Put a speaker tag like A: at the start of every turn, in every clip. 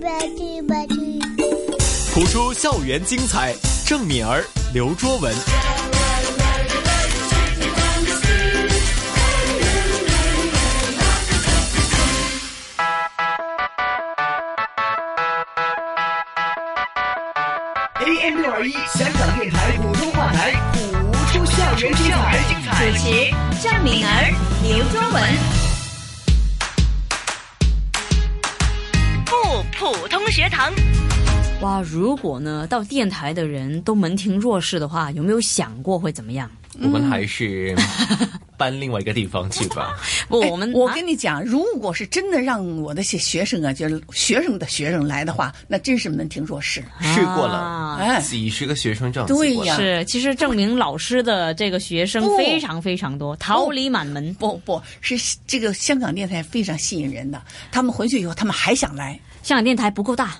A: 吧唧吧唧。
B: 谱出校园精彩，郑敏儿、刘卓文。
C: AM 六二一香港电台普通话台，谱出校园精彩。
D: 主持郑敏儿、刘卓文，不普通学堂。哇，如果呢到电台的人都门庭若市的话，有没有想过会怎么样？
E: 我们还是搬另外一个地方去 吧。
D: 不，
F: 哎
D: 我们
F: 我
D: 啊
F: 跟你讲，如果是真的让我的些学生啊，就是学生的学生来的话，那真是门庭若市。
E: 试过了，
D: 啊
F: 哎，
E: 几十个学生这样子
F: 对
E: 过
F: 呀
E: 了。
D: 是，其实证明老师的这个学生
F: 不
D: 非常非常多，桃李满门。
F: 不不是这个香港电台非常吸引人的，他们回去以后，他们还想来。
D: 香港电台不够大，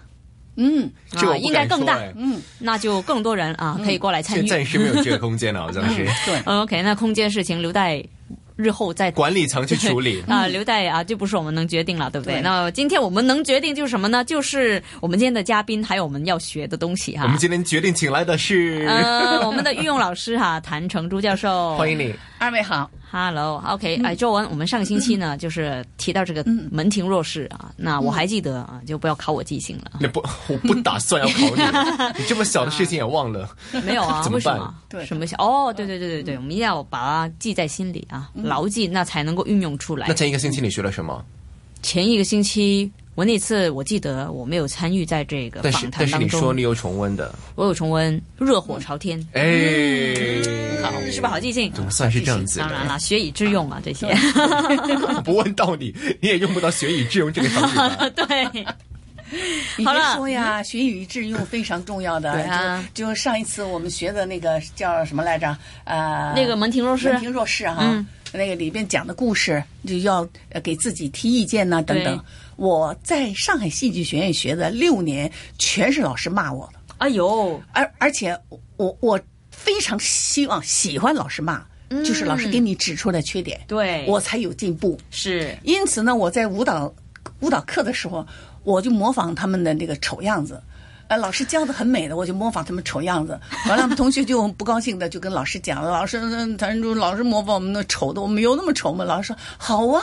F: 嗯，
E: 这我
D: 啊、
E: 不
D: 应该
E: 敢
D: 更
E: 说
D: 大，
E: 哎
F: 嗯，
D: 那就更多人啊可以过来参
E: 这
D: 与。
E: 嗯暂时没有这个空 间了，好啊像是
D: 嗯
F: 对，
D: OK，那空间事情留待日后再
E: 管理 层去处理。
D: 啊、留待啊，这不是我们能决定了，对不对？
F: 对
D: 那今天我们能决定就是什么呢？就是我们今天的嘉宾，还有我们要学的东西
E: 我
D: 哈
E: 们。今天决定请来的是，
D: 呃，我 们的御用老师哈，谭成珠教授，
E: 欢迎你，
F: 二位好，
D: Hello，OK，、哎，周文，我们上星期呢，就是提到这个门庭若市啊，那我还记得啊，就不要考我记性了。
E: 你不，我不打算要考 你，你这么小的事情也忘了。
D: 没有啊，
E: 怎么
D: 为什
E: 办
D: 么？
F: 对
D: 什么小？哦，对对对对对，我们一定要把它记在心里啊，牢记，那才能够运用出来
E: 那。前一个星期你学了什么？
D: 前一个星期，我那次我记得我没有参与在这个
E: 但是
D: 访
E: 但
D: 谈
E: 是
D: 当
E: 你说
D: 中，
E: 你有重温的，
D: 我有重温《热火朝天》
E: 哎，好
D: 是嗯吧？好记性，
E: 总哎算是这样子
D: 当然
E: 了。
D: 啦，学以致用啊，这些。
E: 我 不问到你，你也用不到学以致用这个方法。
D: 对，
F: 你
D: 好
F: 别
D: 了
F: 说呀，学以致用非常重要的。
D: 对啊
F: 就就上一次我们学的那个叫什么来着？呃，
D: 那个门庭若市
F: 门，庭若市哈、
D: 嗯
F: 那个里边讲的故事就要呃给自己提意见呐、等等
D: 对。
F: 我在上海戏剧学院学的六年，全是老师骂我的，
D: 哎呦，
F: 而而且我我我非常希望喜欢老师骂，就是老师给你指出来缺点，
D: 嗯对，
F: 我才有进步。
D: 是
F: 因此呢，我在舞蹈舞蹈课的时候，我就模仿他们的那个丑样子。呃，老师教的很美的，我就模仿他们丑样子。 完了，同学就不高兴的就跟老师讲了：“老师，嗯谭主老师模仿我们那丑的，我们有那么丑吗？”老师说：“好啊，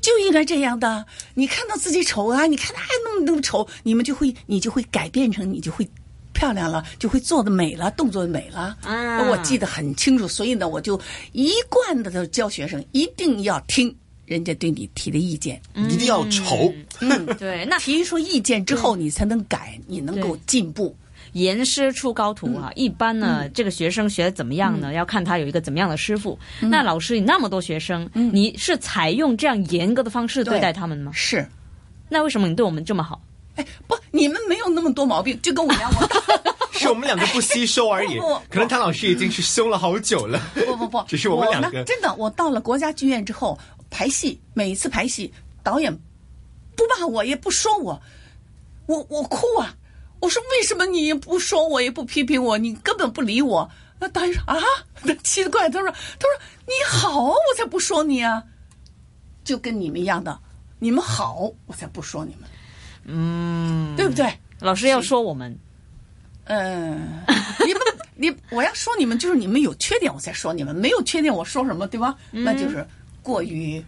F: 就应该这样的。你看到自己丑啊，你看他还那么那么丑，你们就会你就会改变成你就会漂亮了，就会做的美了，动作美了。”呃
D: 啊
F: 我记得很清楚，所以呢，我就一贯的教学生一定要听人家对你提的意见，
E: 一定要丑，
F: 嗯
D: 对。那
F: 提出意见之后，你才能改，你能够进步。
D: 严师出高徒啊，一般呢，这个学生学的怎么样呢？要看他有一个怎么样的师傅。那老师，你那么多学生，你是采用这样严格的方式嗯对待他们吗？
F: 是，
D: 那为什么你对我们这么好？
F: 哎，不，你们没有那么多毛病，就跟我一样，我大
E: 是我们两个不吸收而已
F: 不不。
E: 可能谭老师已经是凶了好久了。
F: 不不 不，
E: 只是我们两个
F: 呢真的，我到了国家剧院之后排戏，每一次排戏，导演不骂我，也不说我，我我哭啊！我说为什么你也不说我，也不批评我，你根本不理我？那导演说啊，奇怪，他说他说你好，我才不说你啊，就跟你们一样的，你们好，我才不说你们，嗯，对不对？
D: 老师要说我们，
F: 嗯，你们你 我要说你们就是你们有缺点我才说你们，没有缺点我说什么对吧？
D: 嗯
F: 那就是过于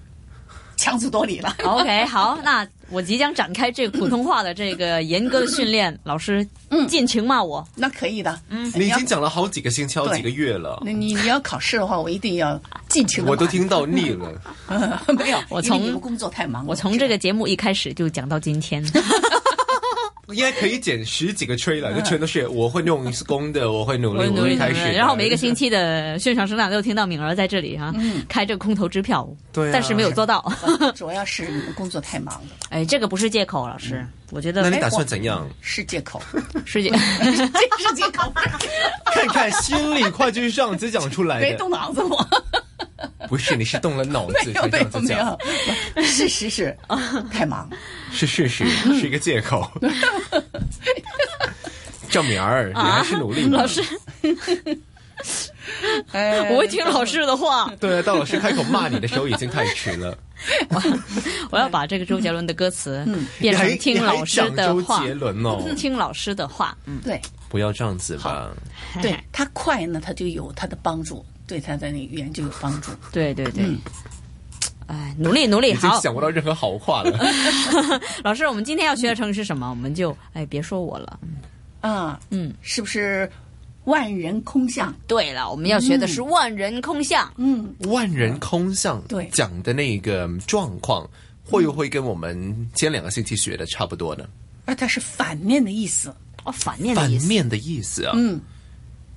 F: 强词夺理了。
D: OK，好，那我即将展开这个普通话的这个严格的训练，老师尽情骂我。
F: 那可以的，嗯，
E: 你
F: 你
E: 已
F: 要
E: 经讲了好几个星期、好几个月了，
F: 你你你要考试的话，我一定要尽情的。
E: 我都听到腻了。
F: 没有，
D: 我
F: 因为
D: 从
F: 你们工作太忙了，
D: 我从
F: 知道
D: 这个节目一开始就讲到今天，
E: 应该可以剪十几个 trailer，就
F: 嗯
E: 全都是我会弄公的，我会努力，我会开始的。
D: 然后每一个星期的宣传声浪都听到敏儿在这里啊，开这个空头支票，
E: 对啊
D: 但是没有做到。
F: 主要是你们工作太忙了，
D: 哎，这个不是借口，老师，嗯我觉
E: 那
D: 得
E: 你打算怎样？
F: 是借口，
D: 是借。
F: 这是借
E: 哎
F: 口，
E: 看看心里话就是这样子讲出来
F: 没
E: 的，
F: 动脑子我。
E: 不是你是动了脑子
F: 没有
E: 才这样
F: 没有
E: 子
F: 没
E: 讲，
F: 有， 不事实是 太忙。
E: 是事实，是一个借口。赵敏儿，你还是努力吧。
D: 啊 老师，
F: 哎
D: 我会听老师的话。
E: 对啊，到老师开口骂你的时候已经太迟了。
D: 我我要把这个周杰伦的歌词 变
E: 你还
D: 成听老师的
E: 你还讲
D: 话
E: 周杰，伦哦，
D: 听老师的话。嗯，
F: 对
E: 不要这样子吧。
D: 哎
F: 对，他快呢，他就有他的帮助，对他的那个语言就有帮 助。
D: 对对对。哎，努力努力，
E: 已 经
D: 好，
E: 想不到任何好话 了。
D: 老师，我们今天要学的成语是什么？我们就哎，别说我了。
F: 啊，
D: 嗯，
F: 是不是万人空巷？
D: 对了，我们要学的是万人空巷。
F: 嗯，
E: 万人空巷，
F: 对
E: 讲的那个状况，会不会跟我们前两个星期学的差不多呢？
F: 而它是反面的意思
D: 哦，反面的
E: 反
D: 意思。
E: 面的意思啊，
F: 嗯，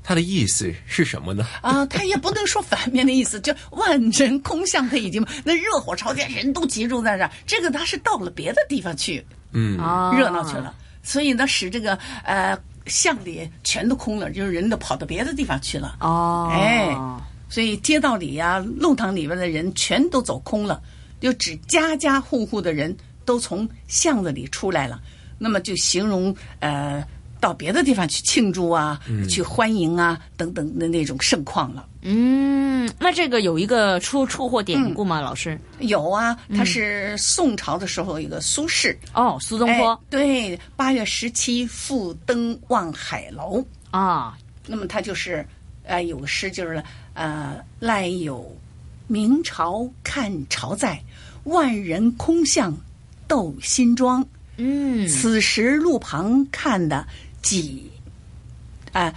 E: 它的意思是什么呢？
F: 啊，它也不能说反面的意思，就万人空巷，它已经那热火朝天，人都集中在这儿，这个它是到了别的地方去
E: 嗯，
D: 啊
F: 热闹去了，所以呢，使这个呃巷里全都空了，就是人都跑到别的地方去了。
D: 哦，
F: 哎，所以街道里呀、弄堂里边的人全都走空了，就指家家户户的人都从巷子里出来了，那么就形容呃到别的地方去庆祝啊、去欢迎啊等等的那种盛况了。
D: 嗯，那这个有一个出处或典故吗？老师？
F: 有啊，它是宋朝的时候有一个苏轼，
D: 哦，苏东坡
F: 哎、对，八月十七复登望海楼，
D: 啊，
F: 那么他就是，呃，有个诗就是，呃，赖有明朝看朝在，万人空巷斗新庄。
D: 嗯，
F: 此时路旁看的几，啊、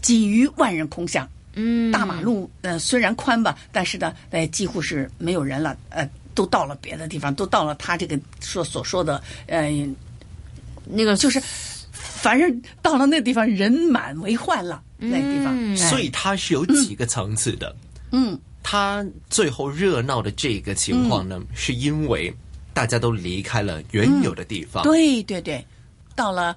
F: 几余万人空巷。
D: 嗯，
F: 大马路呃虽然宽吧，但是呢，呃几乎是没有人了，呃，都到了别的地方，都到了他这个说所说的呃
D: 那个
F: 就是，反正到了那地方人满为患了，那地方。
D: 嗯
F: 哎
E: 所以它是有几个层次的。
F: 嗯，
E: 它最后热闹的这个情况
F: 嗯
E: 呢，是因为大家都离开了原有的地方。
F: 对对对，到了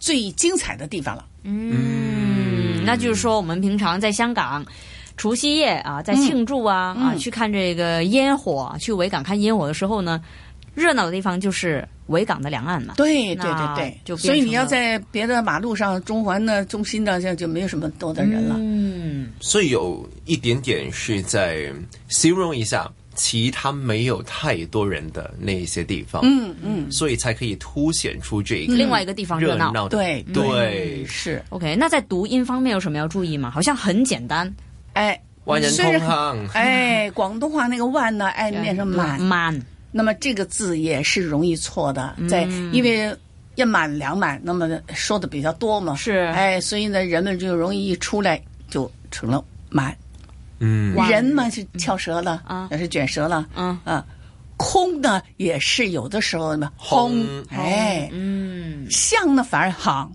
F: 最精彩的地方了。
D: 嗯，那就是说我们平常在香港。除夕夜啊，在庆祝啊、啊，去看这个烟火，去维港看烟火的时候呢，热闹的地方就是维港的两岸嘛。
F: 对
D: 那
F: 对对对，
D: 就变
F: 所以
D: 成
F: 你要
D: 了
F: 在别的马路上、中环的中心的，这就没有什么多的人了。
D: 嗯，
E: 所以有一点点是在形容一下其他没有太多人的那一些地方。嗯嗯，所以才可以凸显出这个
D: 另外一个地方热
E: 热
D: 闹。
E: 闹的。
F: 对嗯
E: 对
F: 是，
D: OK，那在读音方面有什么要注意吗？好像很简单，
F: 哎，
E: 万人
F: 虽
E: 空
F: 然
E: 巷。
F: 哎，广东话那个万呢， 哎，念成满，
D: 满
F: 那么这个字也是容易错的，
D: 嗯
F: 在因为。一满两满，那么说的比较多嘛，
D: 是
F: 哎，所以呢，人们就容易一出来就成了满，
E: 嗯，
D: 万
F: 人嘛是翘舌了，
D: 啊
F: 也是卷舌了，
D: 嗯
F: 啊，空呢也是有的时候呢，
E: 轰
F: 轰，哎，
D: 嗯，
F: 像呢反而行，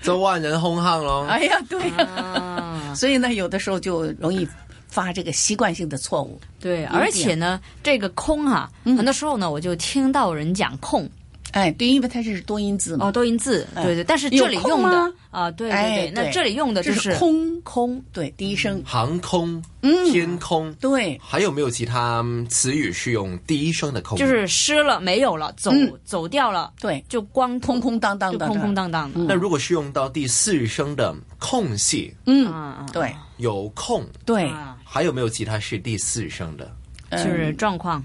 E: 这万人空巷喽。
F: 哎呀，对呀、
D: 啊，
F: 所以呢，有的时候就容易发这个习惯性的错误，
D: 对，而且呢，这个空啊，很多时候呢，我就听到人讲空
F: 哎，对，因为它这是多音字嘛，
D: 哦，多音字，
F: 哎
D: 对对，但是这里用
F: 有
D: 的
F: 空吗
D: 啊，对
F: 哎
D: 对对，那
F: 对
D: 这里用的就
F: 这
D: 是嗯
F: 是空，
D: 空，
F: 对，第一声，
E: 航空、
F: 嗯
E: 天空，
F: 对，
E: 还有没有其他嗯词语是用第一声的空？
D: 就是失了，没有了，走
F: 嗯
D: 走掉了，
F: 对
D: 就光
F: 空空荡荡
D: 就
F: 的，
D: 空空荡荡的，
E: 那如果是用到第四声的空隙，
F: 嗯，
D: 嗯，
F: 对哎
E: 有空，
F: 对，
D: 啊，
E: 还有没有其他是第四声的？
D: 就
F: 嗯
D: 是状况。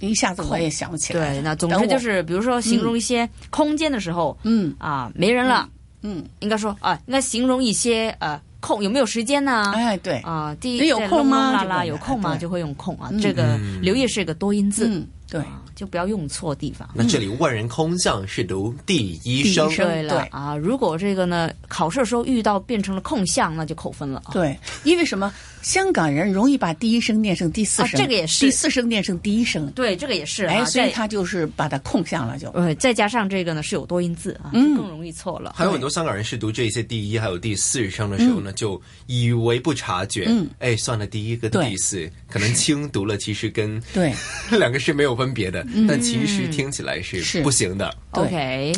F: 一下子我也想不起来了，
D: 对，那总
F: 等
D: 之
F: 我
D: 就是，比如说形容一些空间的时候，
F: 嗯
D: 啊，没人了，
F: 嗯，
D: 应该说啊，应该形容一些呃空，有没有时间呢？
F: 哎，对，
D: 啊，第
F: 有
D: 对
F: 空
D: 隆隆
F: 吗
D: 啦
F: 这
D: 啦，
F: 个哎
D: 有空吗？
F: 对
D: 就会用空啊。这个留意是个多音字，
F: 嗯，对，
D: 啊，就不要用错地方。
E: 那这里万人空巷是读第一声，
F: 第一声
D: 对了
F: 对
D: 啊，如果这个呢，考试的时候遇到变成了空巷，那就扣分了啊。
F: 对，因为什么？香港人容易把第一声念成第四
D: 啊
F: 声，
D: 这个也是
F: 第四声念成第一声，
D: 对，这个也是
F: 哎，
D: 啊，
F: 所以
D: 再
F: 他就是把它空下了就，
D: 呃再加上这个呢是有多音字啊，就更容易错了。
E: 还有很多香港人是读这些第一还有第四声的时候呢，
F: 嗯
E: 就以为不察觉，哎，算了，第一个
F: 对
E: 第四，可能轻读了，其实跟
F: 对 嗯
E: 两个是没有分别的，但其实听起来是
F: 是
E: 不行的。
F: 对
D: OK，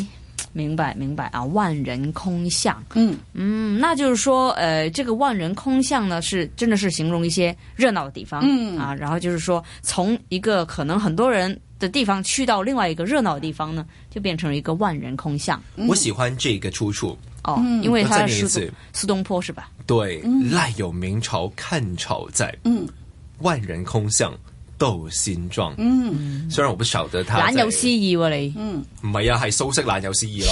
D: 明白明白啊，万人空巷。
F: 嗯，
D: 嗯，那就是说，呃，这个万人空巷呢，是真的是形容一些热闹的地方，嗯啊，然后就是说，从一个可能很多人的地方去到另外一个热闹的地方呢，就变成了一个万人空巷
F: 嗯
E: 我喜欢这个出处，
D: 哦，因为
E: 我再
D: 它
E: 念一
D: 是苏
E: 次
D: 嗯东苏东坡是吧？嗯
E: 对，赖有明朝看朝在，万人空巷鬥仙莊。嗯，雖然我不曉得他
D: 懶
E: 在
D: 有詩意喎你，
E: 唔係啊，係蘇式懶有詩意咯。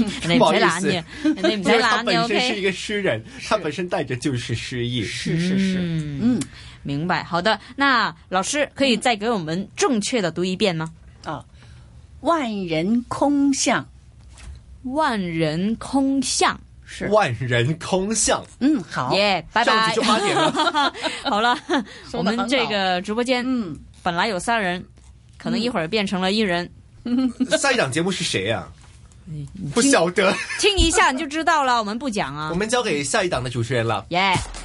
D: 你
E: 不
D: 唔
E: 好
D: 使
E: 意
D: 懶
E: 思
D: 嘅， 你唔
E: 因
D: 使
E: 為他
D: 懶
E: 本
D: 嘅
E: 身是一
D: ，OK。
E: 個詩人，他本身帶着就是詩意。
F: 是是是，
D: 嗯，明白。好的，那老师可以再给我们正确的读一遍吗？
F: 啊，万人空巷
D: 嗯万人空巷，
F: 是，
E: 萬人空巷，
F: 嗯，好，
D: 耶，拜
E: 上午
D: 拜
E: 就。八点了。
D: 好了，
F: 说
D: 我
F: 得很好
D: 们这个直播间
F: 嗯，
D: 本来有三人，可能一会儿变成了一人，
E: 下一档节目是谁啊？不晓得，
D: 听一下你就知道了。我们不讲啊
E: 我，们交给下一档的主持人了。
D: 耶。